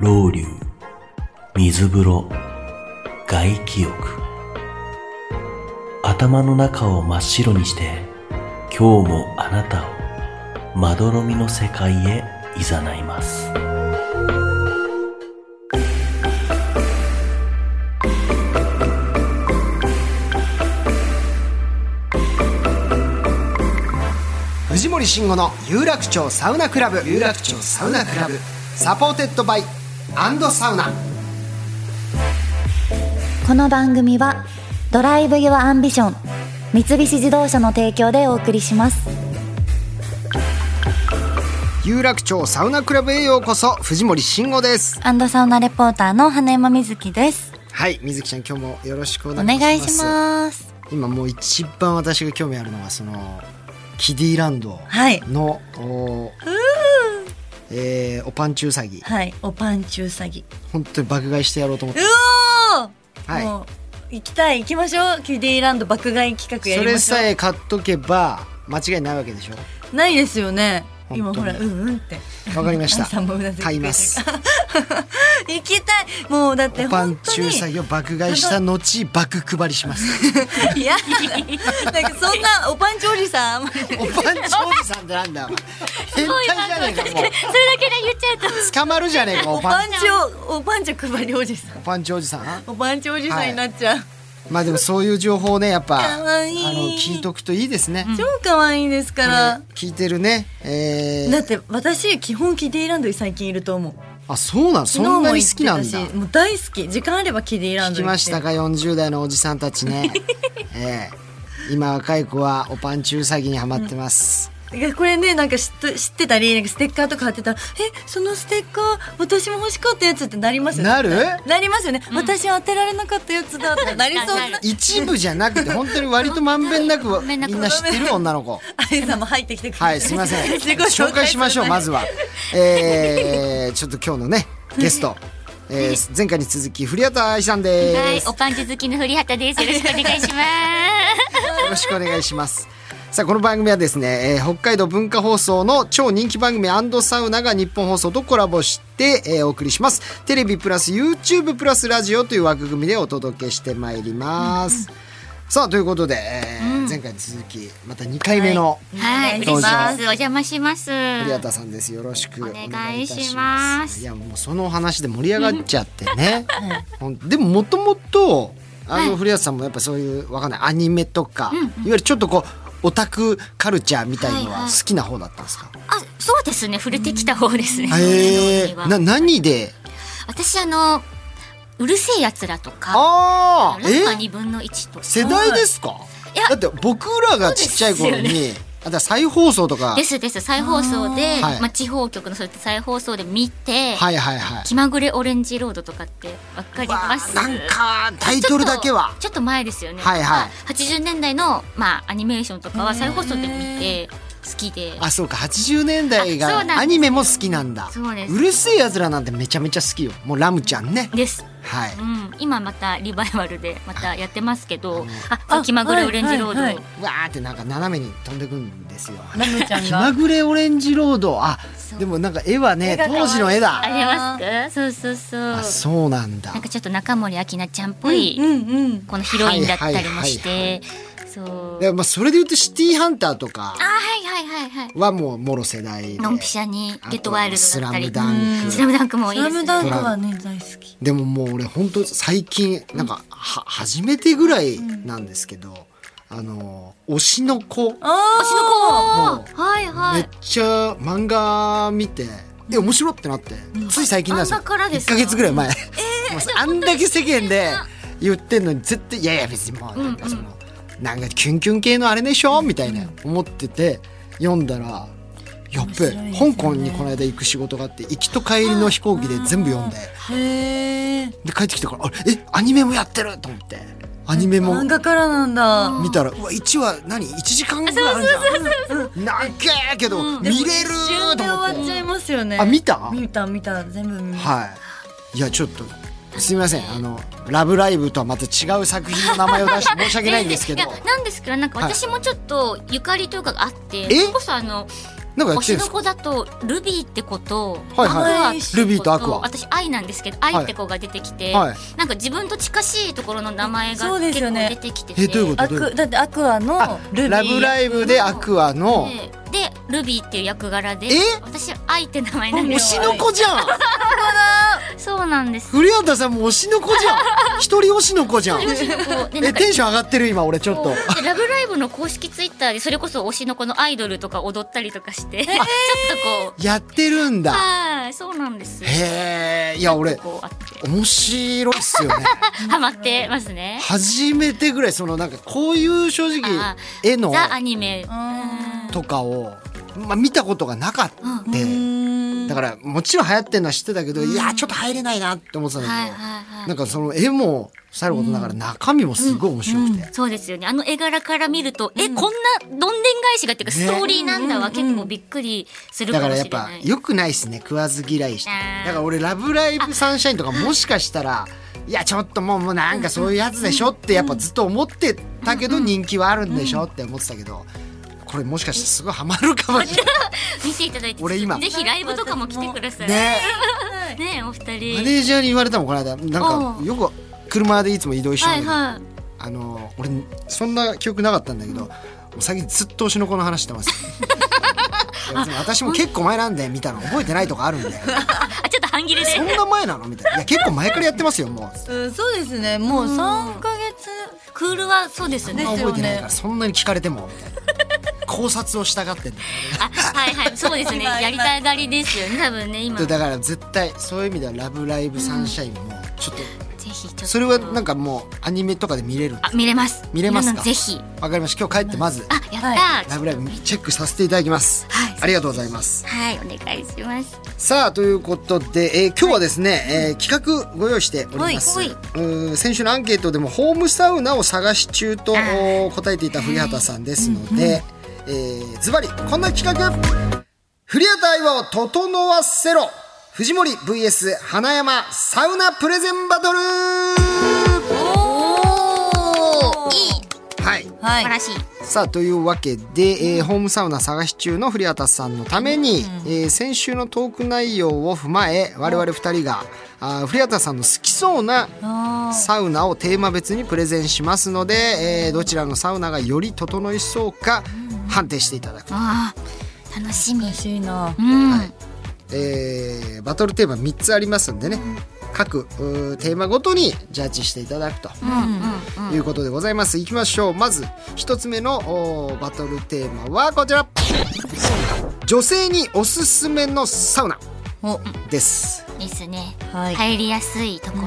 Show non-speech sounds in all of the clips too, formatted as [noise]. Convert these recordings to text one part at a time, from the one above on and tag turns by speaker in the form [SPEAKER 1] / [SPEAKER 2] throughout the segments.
[SPEAKER 1] 老流水風呂外気浴頭の中を真っ白にして今日もあなたをまどろみの世界へ誘います
[SPEAKER 2] 藤森慎吾の有楽町サウナクラブ有楽町サウナクラブサポーテッドバイアンドサウナ
[SPEAKER 3] この番組はドライブ・ユア・アンビション三菱自動車の提供でお送りします
[SPEAKER 2] 有楽町サウナクラブへようこそ藤森慎吾です
[SPEAKER 3] アンドサウナレポーターの羽山瑞希です
[SPEAKER 2] はい水木ちゃん今日もよろしくお
[SPEAKER 3] お
[SPEAKER 2] 願いします
[SPEAKER 3] 願いします
[SPEAKER 2] 今もう一番私が興味あるのはそのキディランド
[SPEAKER 4] はい
[SPEAKER 2] の、おえーおパンチウサギ
[SPEAKER 4] はい、おパンチウサギ。
[SPEAKER 2] 本当に爆買いしてやろうと思っ
[SPEAKER 4] う
[SPEAKER 2] て
[SPEAKER 4] おー、
[SPEAKER 2] はい
[SPEAKER 4] もう行きたい行きましょう。キューディーランド爆買い企画や
[SPEAKER 2] そ
[SPEAKER 4] り
[SPEAKER 2] れ
[SPEAKER 4] ましょ
[SPEAKER 2] さえ買っとけば間違いないわけでしょ
[SPEAKER 4] う。ないですよね。今
[SPEAKER 2] 本当
[SPEAKER 4] ほ
[SPEAKER 2] に
[SPEAKER 4] らうんうんって。
[SPEAKER 2] わかりまし
[SPEAKER 4] 愛さんもうなずい
[SPEAKER 2] た
[SPEAKER 4] て
[SPEAKER 2] 買います
[SPEAKER 4] 行きたい。もう
[SPEAKER 2] [laughs]
[SPEAKER 4] だって
[SPEAKER 2] おパ
[SPEAKER 4] 本
[SPEAKER 2] ン
[SPEAKER 4] 当
[SPEAKER 2] チ
[SPEAKER 4] に
[SPEAKER 2] ウサギを爆買いした後爆配りします
[SPEAKER 4] いやなんかそんなおパンチおじさん。
[SPEAKER 2] おパンチおじさんってなんだよ変態じゃねえかもう
[SPEAKER 3] それだけで言っちゃうと
[SPEAKER 2] 捕まるじゃねえかお
[SPEAKER 4] おパ
[SPEAKER 2] パン
[SPEAKER 4] ンチをおパンチ配りおじさん。
[SPEAKER 2] おパンチおじさん
[SPEAKER 4] おパンチおじさんになっちゃう。
[SPEAKER 2] まあでもそういう情報ねやっぱ
[SPEAKER 4] かわいい
[SPEAKER 2] あの聞いとくといいですね、
[SPEAKER 4] 超可愛いですから。
[SPEAKER 2] 聞いてるねえ
[SPEAKER 4] だ
[SPEAKER 2] ー、
[SPEAKER 4] って私基本キューディーランドに最近いると思う。
[SPEAKER 2] あそうなのそんなに好きなんだ
[SPEAKER 4] 昨日も行ってたしもう大好き。時間あればキューディーラン
[SPEAKER 2] 聞き
[SPEAKER 4] ドに行
[SPEAKER 2] ま
[SPEAKER 4] って。
[SPEAKER 2] したか40代のおじさんたちねえー、今若い子はおパンチウサギにはまってます、
[SPEAKER 4] いやこれねなんか知っ知ってたりなんかステッカーとか貼ってたら「えそのステッカー私も欲しかったやつ」ってなりますよね
[SPEAKER 2] なる
[SPEAKER 4] なりますよね、私当てられなかったやつだ
[SPEAKER 2] [laughs]
[SPEAKER 4] ってなりそうな
[SPEAKER 2] 一部じゃなくて本当に割とまんべんなくみんな知ってる女の子
[SPEAKER 4] あゆさんも入ってきてくれて
[SPEAKER 2] はい、すみません。
[SPEAKER 4] [laughs] 自己する
[SPEAKER 2] 紹介しましょう、まずは。えー、ちょっと今日のね、ゲスト。えー、前回に続き、古畑愛さん
[SPEAKER 5] は
[SPEAKER 2] で
[SPEAKER 5] い
[SPEAKER 2] す、。
[SPEAKER 5] おパンチ好きの古畑です。よろしくお願いします。
[SPEAKER 2] よろしくお願いします。さあこの番組はですね、えー北海道文化放送の超人気番組サウナが日本放送とコラボして、えーお送りします。テレビプラス YouTube プラスラジオという枠組みでお届けしてまいります。さあということで、えー前回に続きまた2回目の
[SPEAKER 5] はい、
[SPEAKER 4] お
[SPEAKER 2] 願いし
[SPEAKER 5] 嬉しい
[SPEAKER 2] ま
[SPEAKER 5] ますす。お邪魔します。
[SPEAKER 2] 古畑さんです。よろしくお願いいたし
[SPEAKER 5] お
[SPEAKER 2] ま。
[SPEAKER 5] 願いしますす
[SPEAKER 2] いやもうその話で盛り上がっちゃってね。ほんでももともとあの古畑さんもやっぱそういうわかんないアニメとか、いわゆるちょっとこうオタクカルチャーみたいのは好きな方だったんですか。
[SPEAKER 5] あ、そうですね。触れてきた方ですね。
[SPEAKER 2] へえ
[SPEAKER 5] そういうのに
[SPEAKER 2] な
[SPEAKER 5] は
[SPEAKER 2] 何で？
[SPEAKER 5] 私あのうるせえ奴らとか、
[SPEAKER 2] ああ
[SPEAKER 5] ラッパ
[SPEAKER 2] え
[SPEAKER 5] 二分の一とか。
[SPEAKER 2] 世代ですか
[SPEAKER 5] いや。
[SPEAKER 2] だって僕らがちっちゃい頃
[SPEAKER 5] そうで
[SPEAKER 2] に、あだから再放送とか。
[SPEAKER 5] ですです。再放送で、
[SPEAKER 2] あーはい
[SPEAKER 5] まあ地方局のそういった再放送で見て、
[SPEAKER 2] はいはいはい。
[SPEAKER 5] 気まぐれオレンジロードとかってわかります。
[SPEAKER 2] なんかタイトルだけは。
[SPEAKER 5] ちょっと前ですよね。
[SPEAKER 2] はいはい
[SPEAKER 5] まあ80年代のまあアニメーションとかは再放送で見て好きで。
[SPEAKER 2] あそうか80年代
[SPEAKER 5] あ
[SPEAKER 2] が
[SPEAKER 5] そうなんです
[SPEAKER 2] アニメも好きなんだ
[SPEAKER 5] そうです
[SPEAKER 2] るせえやつらなんてめちゃめちゃ好きよもうラムちゃんね
[SPEAKER 5] です。
[SPEAKER 2] はい、
[SPEAKER 5] うん、今またリバイバルでまたやってますけど、あ、そう気まぐれオレンジロード、
[SPEAKER 4] はいはいは
[SPEAKER 2] わーってなんか斜めに飛んでくるんですよ
[SPEAKER 4] ラムちゃん
[SPEAKER 2] 気
[SPEAKER 4] が
[SPEAKER 2] まぐれオレンジロードあでもなんか絵はね当時の絵
[SPEAKER 5] あ
[SPEAKER 2] だ
[SPEAKER 5] りますか？そうそうそう。
[SPEAKER 2] あそうなんだ
[SPEAKER 5] なんかちょっと中森明菜ちゃんっぽい、
[SPEAKER 4] うんうん
[SPEAKER 5] このヒロインだったりもして、
[SPEAKER 2] はいは
[SPEAKER 5] そう。
[SPEAKER 2] でまあそれで言うとシティーハンターとか
[SPEAKER 5] あ、はいはいはいはい。
[SPEAKER 2] はもうもろ世代で
[SPEAKER 5] のんぴしゃにゲットワイルドだったり、
[SPEAKER 2] あとスラムダンク
[SPEAKER 5] スラムダンクもいい
[SPEAKER 4] ラ
[SPEAKER 5] です
[SPEAKER 4] ム
[SPEAKER 5] ね。
[SPEAKER 4] ダンクはね大好き
[SPEAKER 2] でももう俺本当最近なんかは初めてぐらいなんですけど、あの推しの子
[SPEAKER 4] あ
[SPEAKER 5] 星の子、はいは
[SPEAKER 2] め
[SPEAKER 5] い
[SPEAKER 2] っ。ちゃ漫画見てえ面白ってなって、つい最近なんですよ
[SPEAKER 5] 漫画からですか
[SPEAKER 2] 1ヶ月ぐらい前、もうあんだけ世間で言ってんのに絶対いやいや別にもうなんかその、なんかキュンキュン系のあれでしょみたいな思ってて読んだらやっべえ、
[SPEAKER 4] 面白いですね
[SPEAKER 2] 香港にこの間行く仕事があって行きと帰りの飛行機で全部読んで
[SPEAKER 4] へえ
[SPEAKER 2] で帰ってきてからあえアニメもやってると思ってアニメも
[SPEAKER 4] 漫画からなんだ
[SPEAKER 2] 見たらうわ1話何1時間ぐらいあるじゃんなっけーけど、見れるー
[SPEAKER 4] で
[SPEAKER 2] と
[SPEAKER 4] も
[SPEAKER 2] 思っ
[SPEAKER 4] 一瞬で終わってちゃいますよね
[SPEAKER 2] あ見た
[SPEAKER 4] 見た見た全部見た
[SPEAKER 2] はいいやちょっとすみませんあの「ラブライブ!」とはまた違う作品の名前を出して申し訳ないんですけど
[SPEAKER 5] いやなんですけどなんか
[SPEAKER 2] はい
[SPEAKER 5] 私もちょっとゆかりというかがあって、
[SPEAKER 2] え
[SPEAKER 5] それこそあの
[SPEAKER 2] なんかやっ
[SPEAKER 5] 推
[SPEAKER 2] てるんで
[SPEAKER 5] しの
[SPEAKER 2] すか
[SPEAKER 5] 子だとルビーって子と、
[SPEAKER 2] はいはい
[SPEAKER 5] アクアって子と
[SPEAKER 2] ルビーとアクア
[SPEAKER 5] 私愛なんですけど愛って子が出てきて、
[SPEAKER 2] はい
[SPEAKER 5] なんか自分と近しいところの名前が
[SPEAKER 4] そうで
[SPEAKER 5] 結
[SPEAKER 4] すよ
[SPEAKER 5] 構
[SPEAKER 4] ね
[SPEAKER 5] 出てきてて、
[SPEAKER 2] えどういうこと
[SPEAKER 4] ア
[SPEAKER 2] どういうこ
[SPEAKER 4] クだってアクアのルビ
[SPEAKER 2] と
[SPEAKER 4] ー
[SPEAKER 2] ラブライブでアクアの
[SPEAKER 5] ででルビーっていう役柄で
[SPEAKER 2] え
[SPEAKER 5] 私愛って名前なんで
[SPEAKER 2] 推
[SPEAKER 5] す
[SPEAKER 2] しの
[SPEAKER 5] よ
[SPEAKER 2] 子じゃん
[SPEAKER 5] そうなんです
[SPEAKER 2] 古畑さんも推しの子じゃ
[SPEAKER 5] [laughs]
[SPEAKER 2] ん一人推しの子じゃん
[SPEAKER 5] 推しの子で
[SPEAKER 2] [laughs]
[SPEAKER 5] な
[SPEAKER 2] え
[SPEAKER 5] んか
[SPEAKER 2] テンション上がってる今俺ちょっと
[SPEAKER 5] でラブライブの公式ツイッターでそれこそ推しの子のアイドルとか踊ったりとかして、ちょっとこう
[SPEAKER 2] やってるんだ
[SPEAKER 5] [laughs] はいそうなんです
[SPEAKER 2] へえいや俺
[SPEAKER 5] こうあって
[SPEAKER 2] 面白いっすよ
[SPEAKER 5] [laughs]
[SPEAKER 2] ね
[SPEAKER 5] ハマってますね
[SPEAKER 2] 初めてぐらいそのなんかこういう正直
[SPEAKER 5] あ
[SPEAKER 2] 絵の
[SPEAKER 5] ザアニメ
[SPEAKER 4] うん
[SPEAKER 2] とかを、まあ、見たことがなかった、
[SPEAKER 4] うん
[SPEAKER 2] だからもちろん流行ってるのは知ってたけど、いやちょっと入れないなって思ってたんだけど、
[SPEAKER 5] はいはいはい
[SPEAKER 2] なんかその絵もさることながら中身もすごい面白くて、
[SPEAKER 5] そうですよねあの絵柄から見ると、えこんなどんでん返しがっていうかストーリーなんだわ、結構びっくりする
[SPEAKER 2] だ
[SPEAKER 5] か
[SPEAKER 2] か
[SPEAKER 5] も
[SPEAKER 2] らや
[SPEAKER 5] しれ
[SPEAKER 2] っぱ
[SPEAKER 5] ない
[SPEAKER 2] 良くないっすね食わず嫌いして
[SPEAKER 5] あー
[SPEAKER 2] だから俺「ラブライブサンシャイン」とかもしかしたらいやちょっともうもうなんかそういうやつでしょってやっぱずっと思ってたけど人気はあるんでしょって思ってたけどこれもしかしてすごいハマるかもしれない
[SPEAKER 5] 見ていただいて
[SPEAKER 2] 俺今
[SPEAKER 5] ぜひライブとかも来てくださいね
[SPEAKER 2] ねマ
[SPEAKER 5] お二人
[SPEAKER 2] ネージャーに言われたもんこの間なんかよく車でいつも移動一緒な
[SPEAKER 5] は
[SPEAKER 2] んだ
[SPEAKER 5] い
[SPEAKER 2] けど
[SPEAKER 5] はい
[SPEAKER 2] あの俺そんな記憶なかったんだけど、もう最近ずっと推しの子の話してますいやでも私も結構前なんでみたいな覚えてないとかあるんで
[SPEAKER 5] あちょっと半切れで
[SPEAKER 2] そんな前なのみたいないや結構前からやってますよもう
[SPEAKER 4] うんそうですねもう三ヶ月
[SPEAKER 5] クールはそうです
[SPEAKER 4] で
[SPEAKER 5] ね
[SPEAKER 2] そんな
[SPEAKER 4] す
[SPEAKER 2] 覚
[SPEAKER 4] よ
[SPEAKER 2] えてないから、
[SPEAKER 4] ね
[SPEAKER 2] そんなに聞かれてもみたいな考察をしたがってんだ
[SPEAKER 5] あはいはいそうです
[SPEAKER 2] [laughs]
[SPEAKER 5] ね
[SPEAKER 4] 今
[SPEAKER 5] やりたがりですよね多分ね今
[SPEAKER 2] で
[SPEAKER 5] ぜ
[SPEAKER 2] だから絶対そういう意味では「ラブライブサンシャイン」もちょっと
[SPEAKER 5] ひちょっと
[SPEAKER 2] それはなんかもうアニメとかで見れるんで
[SPEAKER 5] あ見れます
[SPEAKER 2] 見れますか
[SPEAKER 5] 皆さんぜひ
[SPEAKER 2] わかりました今日帰ってまず
[SPEAKER 5] あやっ
[SPEAKER 2] 「
[SPEAKER 5] たー
[SPEAKER 2] ラブライブ」チェックさせていただきます、
[SPEAKER 5] はい
[SPEAKER 2] ありがとうございます
[SPEAKER 5] はいお願いします
[SPEAKER 2] さあということで、えー今日はですね、えー企画ご用意しております、
[SPEAKER 5] はいう
[SPEAKER 2] ーん先週のアンケートでもホームサウナを探し中と
[SPEAKER 5] ー
[SPEAKER 2] お答えていた古畑さんですのでえーズバリこんな企画古畑岩を整わせろ藤森 VS 花山サウナプレゼンバトル
[SPEAKER 5] おおいい素
[SPEAKER 2] はい
[SPEAKER 4] はい
[SPEAKER 5] 晴らしい
[SPEAKER 2] さあというわけで、えーホームサウナ探し中の古畑さんのために、えー先週のトーク内容を踏まえ我々2人があー古畑さんの好きそうな
[SPEAKER 4] あ
[SPEAKER 2] サウナをテーマ別にプレゼンしますので、えーどちらのサウナがより整いそうか判定していただく、
[SPEAKER 5] あー楽しみ
[SPEAKER 4] ーしいな
[SPEAKER 5] うん、
[SPEAKER 2] えーバトルテーマ3つありますんでね各うーテーマごとにジャッジしていただくと。いうことでございます。いきましょう。まず一つ目のおーバトルテーマはこちら。女性におすすめのサウナ
[SPEAKER 4] お
[SPEAKER 2] です。
[SPEAKER 5] ですね、
[SPEAKER 4] はい
[SPEAKER 5] 入りやすいところ、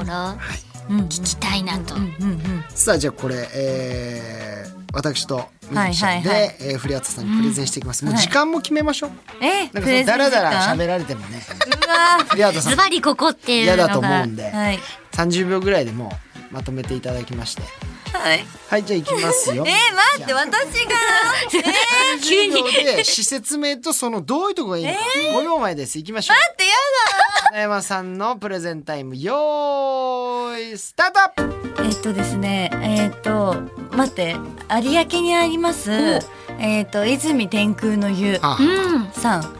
[SPEAKER 5] 聞きたいなと、
[SPEAKER 4] うんうん
[SPEAKER 2] さあじゃあこれ、えー私とミュージシャンで、
[SPEAKER 4] はいはいは
[SPEAKER 2] えー、古畑さんにプレゼンしていきます。もう
[SPEAKER 4] はい
[SPEAKER 2] 時間も決めましょう。
[SPEAKER 4] え
[SPEAKER 2] なん
[SPEAKER 4] プ
[SPEAKER 2] かその
[SPEAKER 4] レゼン
[SPEAKER 2] ダラダラ
[SPEAKER 4] 時間
[SPEAKER 2] 喋られて
[SPEAKER 4] [laughs]
[SPEAKER 2] もね、
[SPEAKER 4] うわー
[SPEAKER 2] 古畑さ
[SPEAKER 5] ズ
[SPEAKER 2] ん
[SPEAKER 5] バリここっていう
[SPEAKER 2] 嫌
[SPEAKER 5] の
[SPEAKER 2] だと思
[SPEAKER 5] が
[SPEAKER 2] うんで、
[SPEAKER 4] はい
[SPEAKER 2] 30秒ぐらいでもうまとめていただきまして。
[SPEAKER 4] はい
[SPEAKER 2] はい、じゃあ行きますよ。
[SPEAKER 4] [laughs] えー、待って私が
[SPEAKER 2] 急に。で、施設名とそのどういうとこがいいの
[SPEAKER 4] [laughs]
[SPEAKER 2] か。5秒前です。行きましょう。
[SPEAKER 4] 待ってや
[SPEAKER 2] 花山さんのプレゼンタイムよーいスタート
[SPEAKER 4] だえっとですねえっと待って有明にありますえっと泉天空の湯
[SPEAKER 5] うん
[SPEAKER 4] さん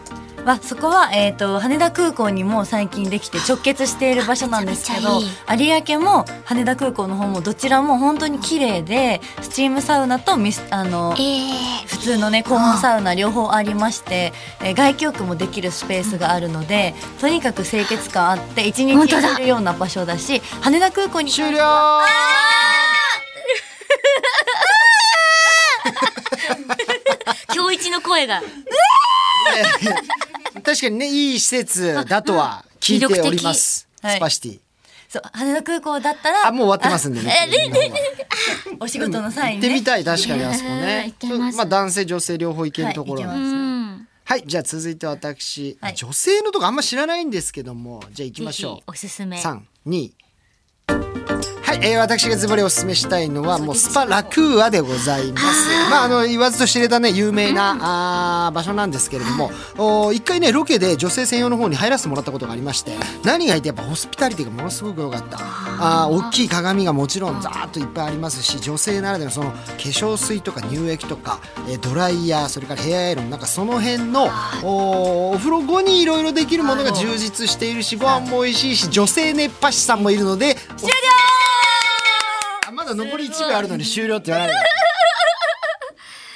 [SPEAKER 4] はそこは、えー、と羽田空港にも最近できて直結している場所なんですけど
[SPEAKER 5] めちゃ
[SPEAKER 4] 有明も羽田空港の方もどちらも本当に綺麗でスチームサウナとミスあの
[SPEAKER 5] えー、
[SPEAKER 4] 普通のね高温サウナ両方ありまして、えー外気浴もできるスペースがあるのでとにかく清潔感あって一日
[SPEAKER 5] 本当だ
[SPEAKER 4] いれるような場所だし羽田空港に
[SPEAKER 2] 終了
[SPEAKER 5] 今日一の声が
[SPEAKER 2] 確かにねいい施設だとは聞いております
[SPEAKER 4] 魅力的はい
[SPEAKER 2] スパシティ
[SPEAKER 4] そう羽田空港だったら
[SPEAKER 2] あもう終わってますんでね
[SPEAKER 4] あえ
[SPEAKER 2] 日本は
[SPEAKER 4] お仕事の
[SPEAKER 2] 行
[SPEAKER 4] 際に
[SPEAKER 2] って
[SPEAKER 4] ね
[SPEAKER 2] みたい確かにあそこ
[SPEAKER 5] うん
[SPEAKER 2] ね
[SPEAKER 5] 行けます
[SPEAKER 2] まあ男性女性両方行けるところ
[SPEAKER 4] は
[SPEAKER 2] な
[SPEAKER 4] い行けま
[SPEAKER 2] ん
[SPEAKER 4] す
[SPEAKER 2] で
[SPEAKER 5] うん
[SPEAKER 2] はいじゃあ続いて私、
[SPEAKER 5] はい
[SPEAKER 2] 女性のとこあんま知らないんですけどもじゃあ行きまし
[SPEAKER 5] ぜ
[SPEAKER 2] ょ
[SPEAKER 5] ひおすすめ
[SPEAKER 2] う三二はい、えー、私がズバリおすすめしたいのはもうスパラクーアでございますまああの言わずと知れたね有名な、あー場所なんですけれどもお一回ねロケで女性専用の方に入らせてもらったことがありまして何がいいってやっぱホスピタリティがものすごく良かったあー大きい鏡がもちろんざーっといっぱいありますし女性ならではのその化粧水とか乳液とか、えードライヤーそれからヘアアイロンなんかその辺のおお風呂後にいろいろできるものが充実しているしご飯も美味しいし女性熱波師さんもいるので終了あまだ残り1秒あるのに終了って言わない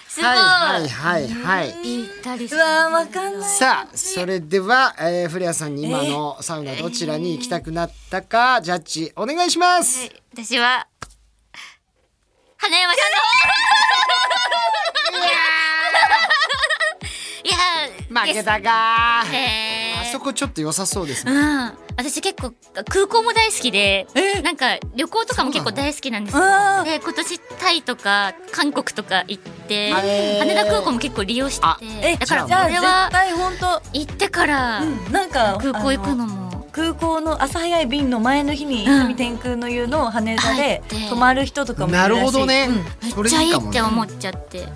[SPEAKER 5] すごい、
[SPEAKER 2] はいはいはいはい
[SPEAKER 5] ぴったりす
[SPEAKER 4] う
[SPEAKER 5] る
[SPEAKER 4] わーわかんない
[SPEAKER 2] さあそれでは、えー、フレアさんに今のサウナどちらに行きたくなったかジャッジお願いします
[SPEAKER 5] 私は花山さんのいやー
[SPEAKER 2] 負けたか
[SPEAKER 5] ですねー
[SPEAKER 2] あそこちょっと良さそうです
[SPEAKER 5] う
[SPEAKER 2] ね
[SPEAKER 5] ん、私結構空港も大好きでなんか旅行とかも結構大好きなんですよで今年タイとか韓国とか行って
[SPEAKER 2] へー
[SPEAKER 5] 羽田空港も結構利用して
[SPEAKER 2] あ
[SPEAKER 5] てだからこれは
[SPEAKER 4] 対本当
[SPEAKER 5] 行ってから
[SPEAKER 4] なんか
[SPEAKER 5] 空港行く
[SPEAKER 4] あ
[SPEAKER 5] のも
[SPEAKER 4] 空港の朝早い便の前の日に泉天空の湯の羽田で
[SPEAKER 5] 入って
[SPEAKER 4] 泊まる人とかもいるら
[SPEAKER 2] な
[SPEAKER 4] しい
[SPEAKER 2] るほどね、そ
[SPEAKER 5] めっ
[SPEAKER 2] れ
[SPEAKER 5] ちゃ
[SPEAKER 2] い
[SPEAKER 5] い
[SPEAKER 2] い
[SPEAKER 5] い
[SPEAKER 2] かも
[SPEAKER 5] って
[SPEAKER 2] ね
[SPEAKER 5] 思っちゃって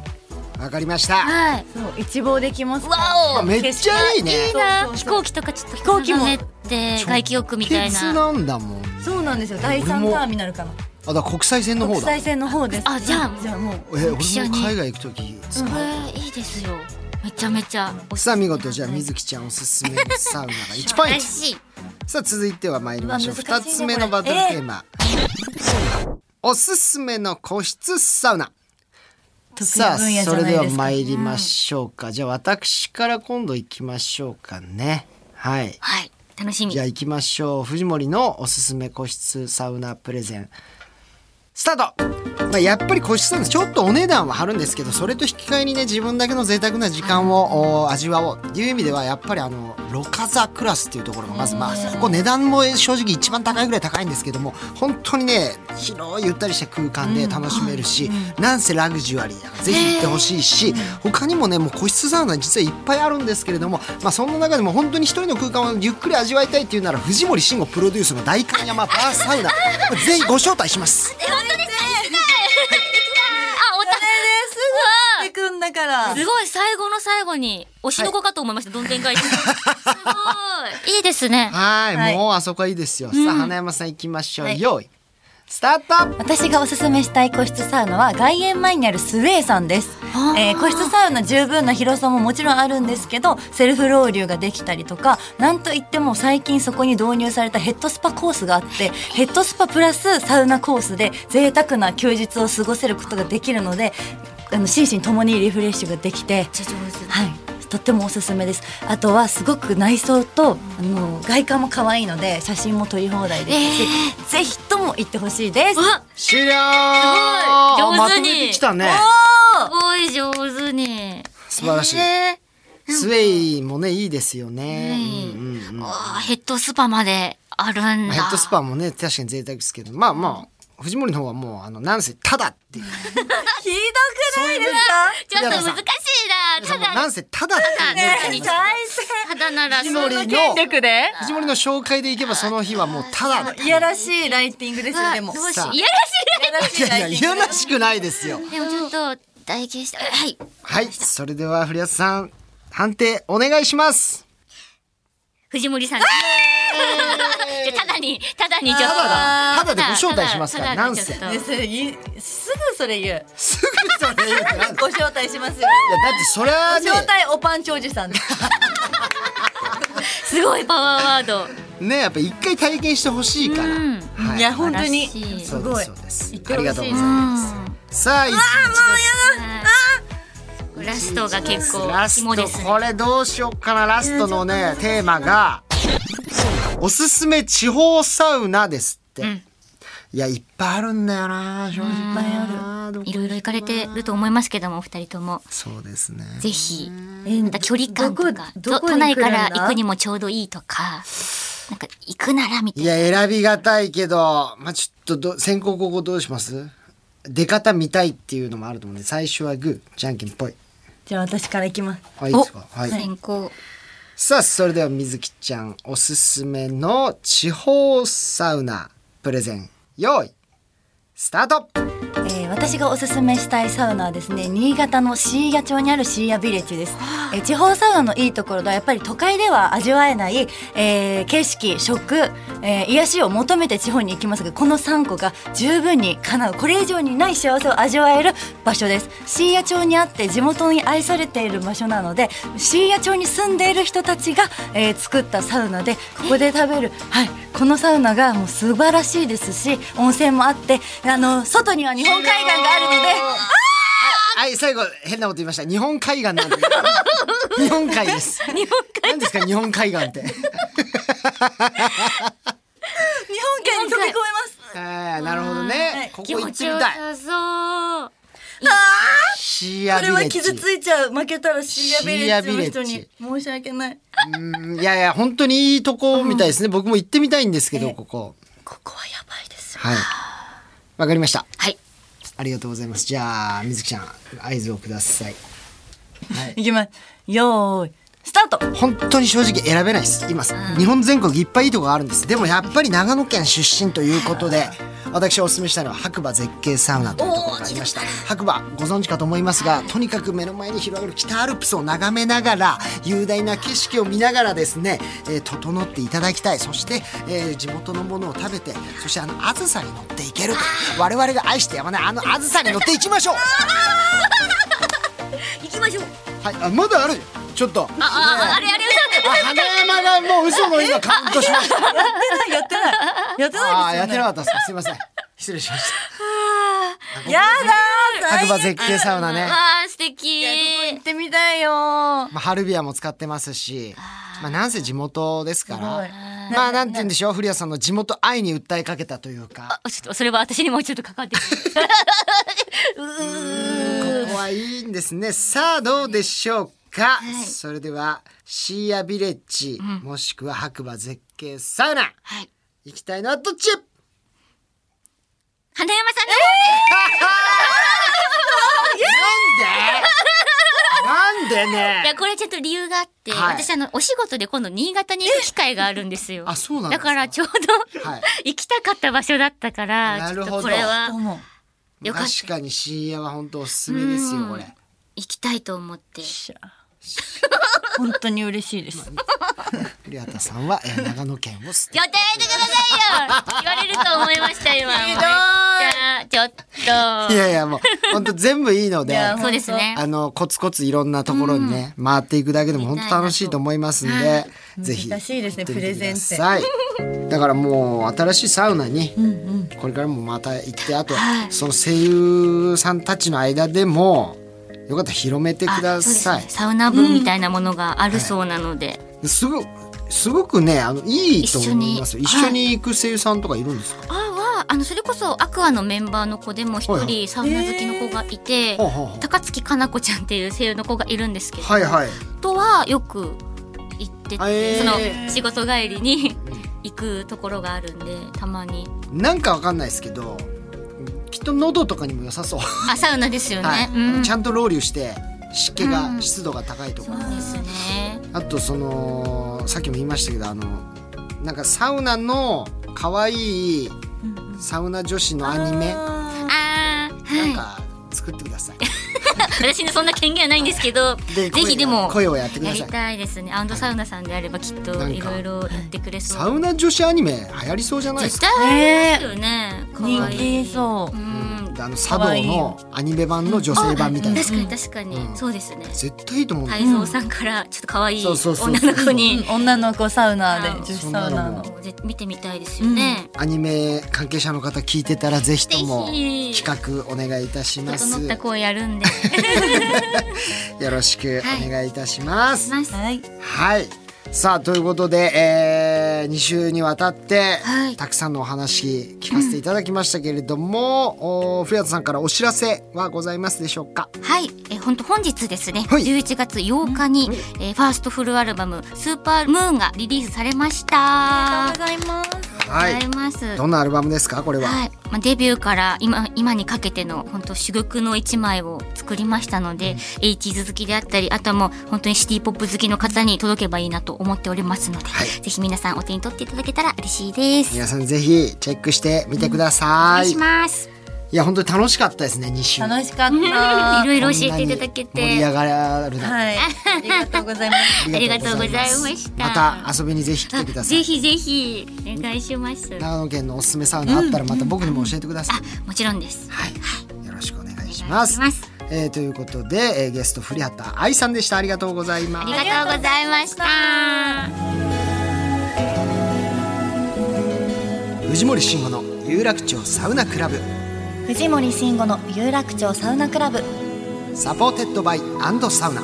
[SPEAKER 2] わかりました
[SPEAKER 5] はい
[SPEAKER 4] そう一望できますから
[SPEAKER 5] わお
[SPEAKER 2] めっちゃいいね
[SPEAKER 5] いいな飛行
[SPEAKER 4] 機
[SPEAKER 5] 機とかちょっと飛
[SPEAKER 4] 行機も
[SPEAKER 5] て外気浴みたい
[SPEAKER 2] 鉄
[SPEAKER 5] な
[SPEAKER 2] なんだもん
[SPEAKER 4] そうなんですよ第三ターミナルかな
[SPEAKER 2] あだから国際線の
[SPEAKER 4] 国
[SPEAKER 2] 方だ
[SPEAKER 4] 際線の方です
[SPEAKER 5] あじゃあ
[SPEAKER 4] [laughs] じゃあもう
[SPEAKER 2] え俺も
[SPEAKER 5] 一緒に
[SPEAKER 2] 海外行く時
[SPEAKER 5] これいいですよめちゃめちゃおすす
[SPEAKER 2] さあ見事じゃあ水木ちゃんおすすめのサウナが1ポイ
[SPEAKER 5] め
[SPEAKER 2] ント
[SPEAKER 5] しい
[SPEAKER 2] さあ続いては参りましょう
[SPEAKER 4] うわ難
[SPEAKER 2] 2
[SPEAKER 4] しいね
[SPEAKER 2] つ目のバトルテーマ、おすすめの個室サウナ
[SPEAKER 4] 得意
[SPEAKER 2] さあ
[SPEAKER 4] 分野じゃ
[SPEAKER 2] そ
[SPEAKER 4] な
[SPEAKER 2] れ
[SPEAKER 4] いです
[SPEAKER 2] で
[SPEAKER 4] か
[SPEAKER 2] は参りましょうか、じゃあ私から今度行きましょうかねはい
[SPEAKER 5] はい楽しみ
[SPEAKER 2] じゃあ行きましょう藤森のおすすめ個室サウナプレゼンスタート、まあ、やっぱり個室サウナちょっとお値段は張るんですけどそれと引き換えにね自分だけの贅沢な時間をお味わおうっていう意味ではやっぱりあのロカザクラスっていうところがまずまあここ値段も正直一番高いぐらい高いんですけども本当にね広いゆったりした空間で楽しめるし、なんせラグジュアリーなのでぜひ行ってほしいし、他にもねもう個室サウナ実はいっぱいあるんですけれども、まあ、そんな中でも本当に一人の空間をゆっくり味わいたいっていうなら藤森慎吾プロデュースの大観山バーサウナぜひご招待します
[SPEAKER 5] あ、おた、
[SPEAKER 4] 行ってくんだから
[SPEAKER 5] すごい、最後の最後に、推しの子かと思いました、どんでん返し。すごい。いいですね。
[SPEAKER 2] はい
[SPEAKER 4] はい
[SPEAKER 2] もうあそこはいいですよ、さあ花山さん行きましょう、よいスタート
[SPEAKER 4] 私がおすすめしたい個室サウナは外苑前にあるスウェイさんです
[SPEAKER 5] あ、ー
[SPEAKER 4] えー個室サウナ十分な広さももちろんあるんですけどセルフロウリュができたりとかなんといっても最近そこに導入されたヘッドスパコースがあってヘッドスパプラスサウナコースで贅沢な休日を過ごせることができるのであの心身ともにリフレッシュができて
[SPEAKER 5] めっちゃ上手だ。
[SPEAKER 4] はい、とってもおすすめです。あとはすごく内装とあの外観も可愛いので写真も撮り放題ですし、ぜひとも行ってほしいです。
[SPEAKER 5] わ、
[SPEAKER 2] 終了
[SPEAKER 5] ごい
[SPEAKER 2] ま
[SPEAKER 5] 上手
[SPEAKER 2] と
[SPEAKER 5] に
[SPEAKER 2] めてきたね
[SPEAKER 5] すごい上手に。
[SPEAKER 2] 素晴らしい、
[SPEAKER 5] え
[SPEAKER 2] スウェイもねいいですよね、
[SPEAKER 5] うん
[SPEAKER 2] うんうんうん
[SPEAKER 5] ーわあヘッドスパまであるん
[SPEAKER 2] ま
[SPEAKER 5] だ。
[SPEAKER 2] あヘッドスパもね確かに贅沢ですけどまあまあ藤森の方はもうあのなんせただっていう
[SPEAKER 4] ひどくないです
[SPEAKER 5] ちょっと難しいな。
[SPEAKER 2] そ
[SPEAKER 5] た
[SPEAKER 2] うな
[SPEAKER 5] だ、
[SPEAKER 2] んせただっていう
[SPEAKER 5] か
[SPEAKER 2] ね
[SPEAKER 5] ねただなら、
[SPEAKER 2] 藤森の藤森の紹介でいけばその日はもうただ
[SPEAKER 4] いやらしいライティングですよでも。
[SPEAKER 5] どうし
[SPEAKER 2] さあ
[SPEAKER 5] いやらし
[SPEAKER 4] い
[SPEAKER 2] い
[SPEAKER 4] やらし
[SPEAKER 2] やいやいやらしくないですよ [laughs]
[SPEAKER 5] い。でもちょっと、体験した。はい。
[SPEAKER 2] はいそれでは古谷さん判定お願いします
[SPEAKER 5] 藤森さん。じゃあただに、ただにちょっと。
[SPEAKER 2] ただでご招待しますから
[SPEAKER 5] ただただでちょっと
[SPEAKER 4] でそれいすぐそれ言う。
[SPEAKER 2] すぐそれ言うってなんだいやだって
[SPEAKER 4] ご招待しますよ。
[SPEAKER 2] それは
[SPEAKER 4] 招待おパン長寿さんです。
[SPEAKER 5] すごいパワーワード。
[SPEAKER 2] ねねやっぱ一回体験してほしいから、
[SPEAKER 5] うん
[SPEAKER 2] はい
[SPEAKER 4] や本当に
[SPEAKER 5] 素晴らしい
[SPEAKER 4] す
[SPEAKER 2] そうで
[SPEAKER 4] ご
[SPEAKER 2] す
[SPEAKER 4] い
[SPEAKER 2] そうです
[SPEAKER 4] 行って
[SPEAKER 2] あ
[SPEAKER 4] ほ
[SPEAKER 2] り
[SPEAKER 4] しい
[SPEAKER 2] がとうございますさあ一日
[SPEAKER 5] ラストが結構
[SPEAKER 2] ラス
[SPEAKER 5] 肝
[SPEAKER 2] ト
[SPEAKER 5] ですね
[SPEAKER 2] これどうしよっかなラストのねテーマがおすすめ地方サウナですって、いやいっぱいあるんだよな正直なでも
[SPEAKER 5] いろいろ行かれてると思いますけどもお二人とも
[SPEAKER 2] そうですね
[SPEAKER 5] ぜひまた距離感とか
[SPEAKER 4] どこど
[SPEAKER 5] と
[SPEAKER 4] こに
[SPEAKER 5] 都内から
[SPEAKER 4] 来るんだ
[SPEAKER 5] 行くにもちょうどいいとかなんか行くならみたい
[SPEAKER 2] い
[SPEAKER 5] な
[SPEAKER 2] や選びがたいけどまあちょっとど先行後攻どうします出方見たいっていうのもあると思うんで最初はグーじゃんけんぽい
[SPEAKER 4] じゃあ私からいきます。
[SPEAKER 2] はい、いい
[SPEAKER 4] お
[SPEAKER 2] ですかはい。
[SPEAKER 5] 先行
[SPEAKER 2] さあ、それではみずきちゃんおすすめの地方サウナプレゼン、用意、スタート
[SPEAKER 4] えー私がおすすめしたいサウナはですね新潟の椎谷町にある椎谷ビレッジです、えー地方サウナのいいところではやっぱり都会では味わえない、えー景色食、えー癒しを求めて地方に行きますがこの3個が十分に叶うこれ以上にない幸せを味わえる場所です椎谷町にあって地元に愛されている場所なので椎谷町に住んでいる人たちが、えー作ったサウナでここで食べる、はい、このサウナがもう素晴らしいですし温泉もあってあの外には日本海岸があるので
[SPEAKER 2] はい、最後、変なこと言いました。日本海岸な
[SPEAKER 4] [laughs]
[SPEAKER 2] んで。日本海です。日本海何ですか、日本海岸って。
[SPEAKER 4] 日本海に飛び越えます
[SPEAKER 2] あーなるほど
[SPEAKER 5] は
[SPEAKER 2] ね
[SPEAKER 5] い。
[SPEAKER 2] こ
[SPEAKER 5] 気
[SPEAKER 2] こ行っ
[SPEAKER 5] 持
[SPEAKER 2] て
[SPEAKER 5] ち
[SPEAKER 2] み
[SPEAKER 5] よ
[SPEAKER 2] たい。
[SPEAKER 5] さそう
[SPEAKER 2] シー
[SPEAKER 4] こ
[SPEAKER 2] アビ
[SPEAKER 4] れ
[SPEAKER 2] レ
[SPEAKER 4] は
[SPEAKER 2] ッジ。
[SPEAKER 4] 傷ついちゃう負けたらシーアビレッジの人
[SPEAKER 2] シー
[SPEAKER 4] に申し訳ない
[SPEAKER 2] うんいやいや、本当にいいとこみたいですね。僕も行ってみたいんですけど、ここ。
[SPEAKER 4] ここはやばいですよ
[SPEAKER 2] はい。わかりました。
[SPEAKER 5] はい
[SPEAKER 2] ありがとうございます。じゃあ、みずきちゃん、合図をください。
[SPEAKER 4] いきますよーいスタート [laughs]
[SPEAKER 2] 本当に正直選べないです。今、日本全国いっぱいいいとこがあるんです。でもやっぱり長野県出身ということで、私お勧めしたいのは白馬絶景サウナというところがありました。白馬ご存知かと思いますが、とにかく目の前に広がる北アルプスを眺めながら、雄大な景色を見ながらですね、えー整っていただきたい。そして、えー地元のものを食べて、そしてあの、あずさに乗っていけると。我々が愛してやまないあのあずさに乗っていきましょう
[SPEAKER 5] [laughs] 行きましょう
[SPEAKER 2] はい、あ、まだあるちょっと。
[SPEAKER 5] ああああれあれ
[SPEAKER 2] あ、 [laughs] 花山がもう嘘の今カウントしました。
[SPEAKER 4] やってないやって
[SPEAKER 2] あ
[SPEAKER 4] な
[SPEAKER 2] ーや
[SPEAKER 4] いや
[SPEAKER 2] っ
[SPEAKER 4] ってて
[SPEAKER 2] な
[SPEAKER 4] ない
[SPEAKER 2] かったですか。すみません。失礼しまし
[SPEAKER 4] ですよねやだ
[SPEAKER 2] た。
[SPEAKER 4] ー
[SPEAKER 2] 白馬絶景サウナね。
[SPEAKER 5] わあ素敵
[SPEAKER 4] 行ってみたいよー
[SPEAKER 2] まあ、ハルビアも使ってますし、まあ、なんせ地元ですから。
[SPEAKER 4] すごい
[SPEAKER 2] まあ、なんて言うんでしょう。古谷さんの地元愛に訴えかけたというか。
[SPEAKER 5] あちょっとそれは私にもうちょっと関わってきて
[SPEAKER 2] ここはいいんですね。さあ、どうでしょうか。それでは、シーアビレッジ、もしくは白馬絶景サウナ。
[SPEAKER 5] はい
[SPEAKER 2] 行きたいのはどっち
[SPEAKER 5] 花山さん
[SPEAKER 2] なんでなんで
[SPEAKER 5] の、いや
[SPEAKER 2] ね
[SPEAKER 5] これちょっと理由があって、
[SPEAKER 2] はい
[SPEAKER 5] 私あのお仕事で今度新潟に行く機会があるんですよ
[SPEAKER 2] あそうなんです
[SPEAKER 5] だ
[SPEAKER 2] か
[SPEAKER 5] からちょうど、
[SPEAKER 2] はい
[SPEAKER 5] 行きたかった場所だったから
[SPEAKER 2] なるほど
[SPEAKER 5] ちょっとこれは
[SPEAKER 4] どうも
[SPEAKER 5] [laughs] よかった
[SPEAKER 2] 確かに CM は本当おすすめですよこれ
[SPEAKER 5] 行きたいと思って
[SPEAKER 4] しゃ本当に嬉しいです。
[SPEAKER 2] 古畑さんは、えー長野県を捨て
[SPEAKER 5] 予定してくださいよ言われると思いました今ひどいやちょっ
[SPEAKER 2] い
[SPEAKER 5] と
[SPEAKER 2] やいやもう本当全部いいので
[SPEAKER 4] いや
[SPEAKER 5] そうですね
[SPEAKER 2] あのコツコツいろんなところにね、回っていくだけでも本当楽しいと思いますんで、ぜひ
[SPEAKER 4] 難しいですね
[SPEAKER 2] 行ってみて
[SPEAKER 4] プレゼンって
[SPEAKER 2] くださいだからもう新しいサウナにこれからもまた行ってあと、その声優さんたちの間でもよかったら広めてください
[SPEAKER 5] サウナ部みたいなものがあるそうなので、
[SPEAKER 2] すごすごくねあのいいと思いますよ一
[SPEAKER 5] 一
[SPEAKER 2] 緒
[SPEAKER 5] 緒に
[SPEAKER 2] に行く声優さんとかいるんですか、
[SPEAKER 5] あはあのそれこそアクアのメンバーの子でも一
[SPEAKER 2] はいは
[SPEAKER 5] 人サウナ好きの子がいて、
[SPEAKER 2] ほうほうほう
[SPEAKER 5] 高槻かな子ちゃんっていう声優の子がいるんですけど、
[SPEAKER 2] はいはい
[SPEAKER 5] とはよく行ってて、
[SPEAKER 2] えー
[SPEAKER 5] その仕事帰りに行くところがあるんでたまに
[SPEAKER 2] なんかわかんないですけどきっと喉とかにも良さそう、
[SPEAKER 5] あサウナですよね、
[SPEAKER 2] はい
[SPEAKER 5] うん
[SPEAKER 2] ちゃんとロウリュして湿気が、湿度が高いところ、
[SPEAKER 5] ですね
[SPEAKER 2] あとそのさっきも言いましたけどあのなんかサウナの可愛いサウナ女子のアニメ、
[SPEAKER 5] あー [laughs] は
[SPEAKER 2] なん
[SPEAKER 5] い
[SPEAKER 2] か作ってくだ
[SPEAKER 5] [laughs]
[SPEAKER 2] さい、
[SPEAKER 5] 私のそんな権限はないんですけどぜ
[SPEAKER 2] 声
[SPEAKER 5] ひでも
[SPEAKER 2] 声をやってくだ
[SPEAKER 5] やり
[SPEAKER 2] さい
[SPEAKER 5] たいですねアンドサウナさんであればきっ
[SPEAKER 2] な
[SPEAKER 5] と
[SPEAKER 2] んか
[SPEAKER 5] いろいろやってくれそう
[SPEAKER 2] サウナ女子アニメ流行りそうじゃないです
[SPEAKER 5] 絶
[SPEAKER 2] か
[SPEAKER 5] 対ですよね可
[SPEAKER 4] 人
[SPEAKER 5] 愛い
[SPEAKER 4] 気そう。
[SPEAKER 5] うん
[SPEAKER 2] あの茶道のアニメ版の女性版みたいな
[SPEAKER 5] 確かに確かに、そうですね
[SPEAKER 2] 絶対いいと思うんだよ
[SPEAKER 5] 泰造さんからちょっと可愛い
[SPEAKER 2] そう
[SPEAKER 5] 女
[SPEAKER 2] そうそう
[SPEAKER 5] の子
[SPEAKER 4] うん
[SPEAKER 5] に
[SPEAKER 4] 女の子サウナで
[SPEAKER 5] あー
[SPEAKER 4] 女子サウナの。
[SPEAKER 5] もうぜ見てみたいですよね、
[SPEAKER 2] アニメ関係者の方聞いてたらぜひとも
[SPEAKER 5] ぜひ
[SPEAKER 2] 企画お願いいたし [laughs] ます
[SPEAKER 5] 整った
[SPEAKER 2] よ
[SPEAKER 5] 声やるんで
[SPEAKER 2] ろしくお願いいたしますはい、
[SPEAKER 4] はい。
[SPEAKER 2] さあということで、え2週にわたって、
[SPEAKER 5] はい
[SPEAKER 2] たくさんのお話聞かせていただきましたけれども、お古谷さんからお知らせはございますでしょうか
[SPEAKER 5] はい、え本当本日ですね、
[SPEAKER 2] はい
[SPEAKER 5] 11月8日に、えーファーストフルアルバム「スーパームーン」がリリースされました
[SPEAKER 4] ございます。
[SPEAKER 2] あはい
[SPEAKER 5] ございます。
[SPEAKER 2] どんなアルバムですかこれは、
[SPEAKER 5] はい、まあ、デビューから今今にかけての本当珠玉の一枚を作りましたので、80s 好きであったりあとはもう本当にシティポップ好きの方に届けばいいなと思っておりますので、
[SPEAKER 2] はい
[SPEAKER 5] ぜひ皆さんお手に取っていただけたら嬉しいです。
[SPEAKER 2] 皆さんぜひチェックしてみてくだ
[SPEAKER 5] お
[SPEAKER 2] さ
[SPEAKER 5] 願い
[SPEAKER 2] い、
[SPEAKER 5] し
[SPEAKER 2] い
[SPEAKER 5] ます。
[SPEAKER 2] や本当に楽しかったですね2週
[SPEAKER 4] 楽しかった。
[SPEAKER 5] [laughs] いろいろ
[SPEAKER 2] こんなに
[SPEAKER 5] 教えていただけ
[SPEAKER 2] 盛り上
[SPEAKER 5] て。
[SPEAKER 2] がるな、
[SPEAKER 4] はい。ありがとうございます。
[SPEAKER 5] ありがとうございました。
[SPEAKER 2] また遊びにぜひ来てくださ
[SPEAKER 5] ぜ
[SPEAKER 2] い
[SPEAKER 5] ひぜひお願いします。
[SPEAKER 2] 長野県のおすすめサウナあったらまた僕にも教えてください、
[SPEAKER 5] あ、もちろんです。
[SPEAKER 2] はいよろしくお願いし
[SPEAKER 5] お願
[SPEAKER 2] ま
[SPEAKER 5] い
[SPEAKER 2] す
[SPEAKER 5] します。
[SPEAKER 2] えーということで、えーゲスト古畑愛さんでしたありがとうございます
[SPEAKER 5] ありがとうございました。
[SPEAKER 2] 藤森慎吾の有楽町サウナクラブ
[SPEAKER 3] 藤森慎吾の有楽町サウナクラブ
[SPEAKER 2] サポーテッドバイサウナ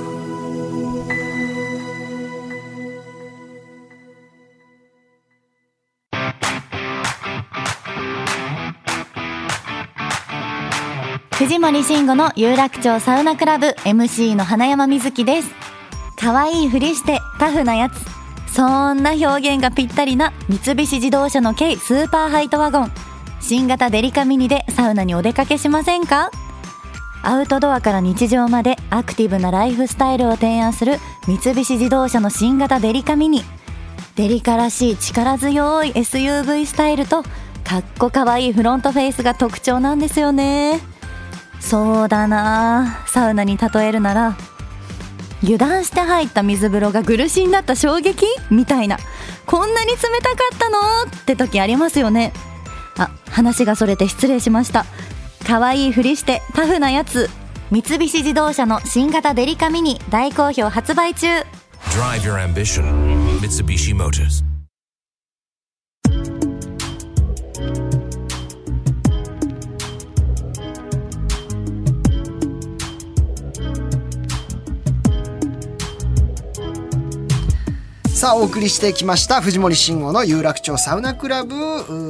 [SPEAKER 3] 藤森慎吾の有楽町サウナクラブ MC の花山瑞希です可愛いふりしてタフなやつそんな表現がぴったりな三菱自動車の軽スーパーハイトワゴン新型デリカミニでサウナにお出かけしませんかアウトドアから日常までアクティブなライフスタイルを提案する三菱自動車の新型デリカミニデリカらしい力強い SUV スタイルとかっこかわいいフロントフェイスが特徴なんですよねそうだなあサウナに例えるなら油断して入った水風呂が苦しんだった衝撃みたいなこんなに冷たかったのって時ありますよねあ話がそれて失礼しました可愛いふりしてタフなやつ三菱自動車の新型デリカミニ大好評発売中
[SPEAKER 6] Drive your ambition. Mitsubishi Motors.
[SPEAKER 2] さあお送りしてきました藤森慎吾の有楽町サウナクラブう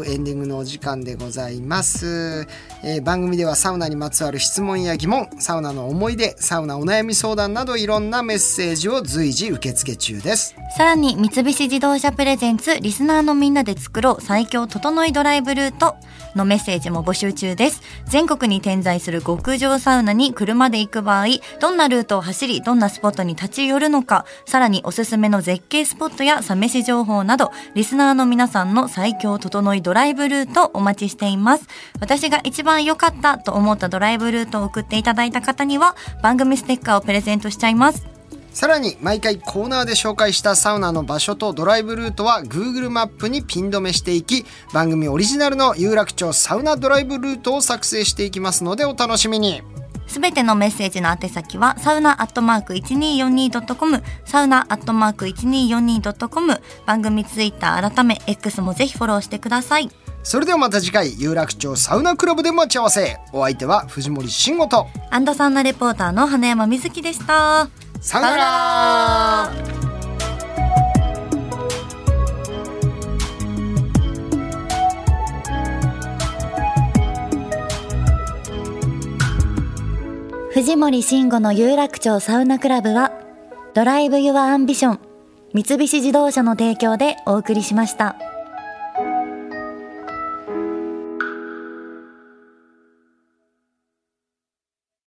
[SPEAKER 2] ーエンディングのお時間でございます、えー番組ではサウナにまつわる質問や疑問サウナの思い出サウナお悩み相談などいろんなメッセージを随時受付中です
[SPEAKER 3] さらに三菱自動車プレゼンツリスナーのみんなで作ろう最強整いドライブルートのメッセージも募集中です。全国に点在する極上サウナに車で行く場合、どんなルートを走り、どんなスポットに立ち寄るのか、さらにおすすめの絶景スポットやサメシ情報など、リスナーの皆さんの最強整いドライブルートをお待ちしています。私が一番良かったと思ったドライブルートを送っていただいた方には、番組ステッカーをプレゼントしちゃいます。
[SPEAKER 2] さらに毎回コーナーで紹介したサウナの場所とドライブルートは Google マップにピン止めしていき番組オリジナルの有楽町サウナドライブルートを作成していきますのでお楽しみに
[SPEAKER 3] すべてのメッセージの宛先は、サウナアットマーク 1242.com、サウナアットマーク 1242.com、番組ツイッター改め X もぜひフォローしてください。
[SPEAKER 2] それではまた次回有楽町サウナクラブで待ち合わせお相手は藤森慎吾と
[SPEAKER 3] アンドサウナレポーターの花山瑞希でした。
[SPEAKER 2] さよなら
[SPEAKER 3] 藤森慎吾の有楽町サウナクラブは、ドライブ・ユア・アンビション、三菱自動車の提供でお送りしました。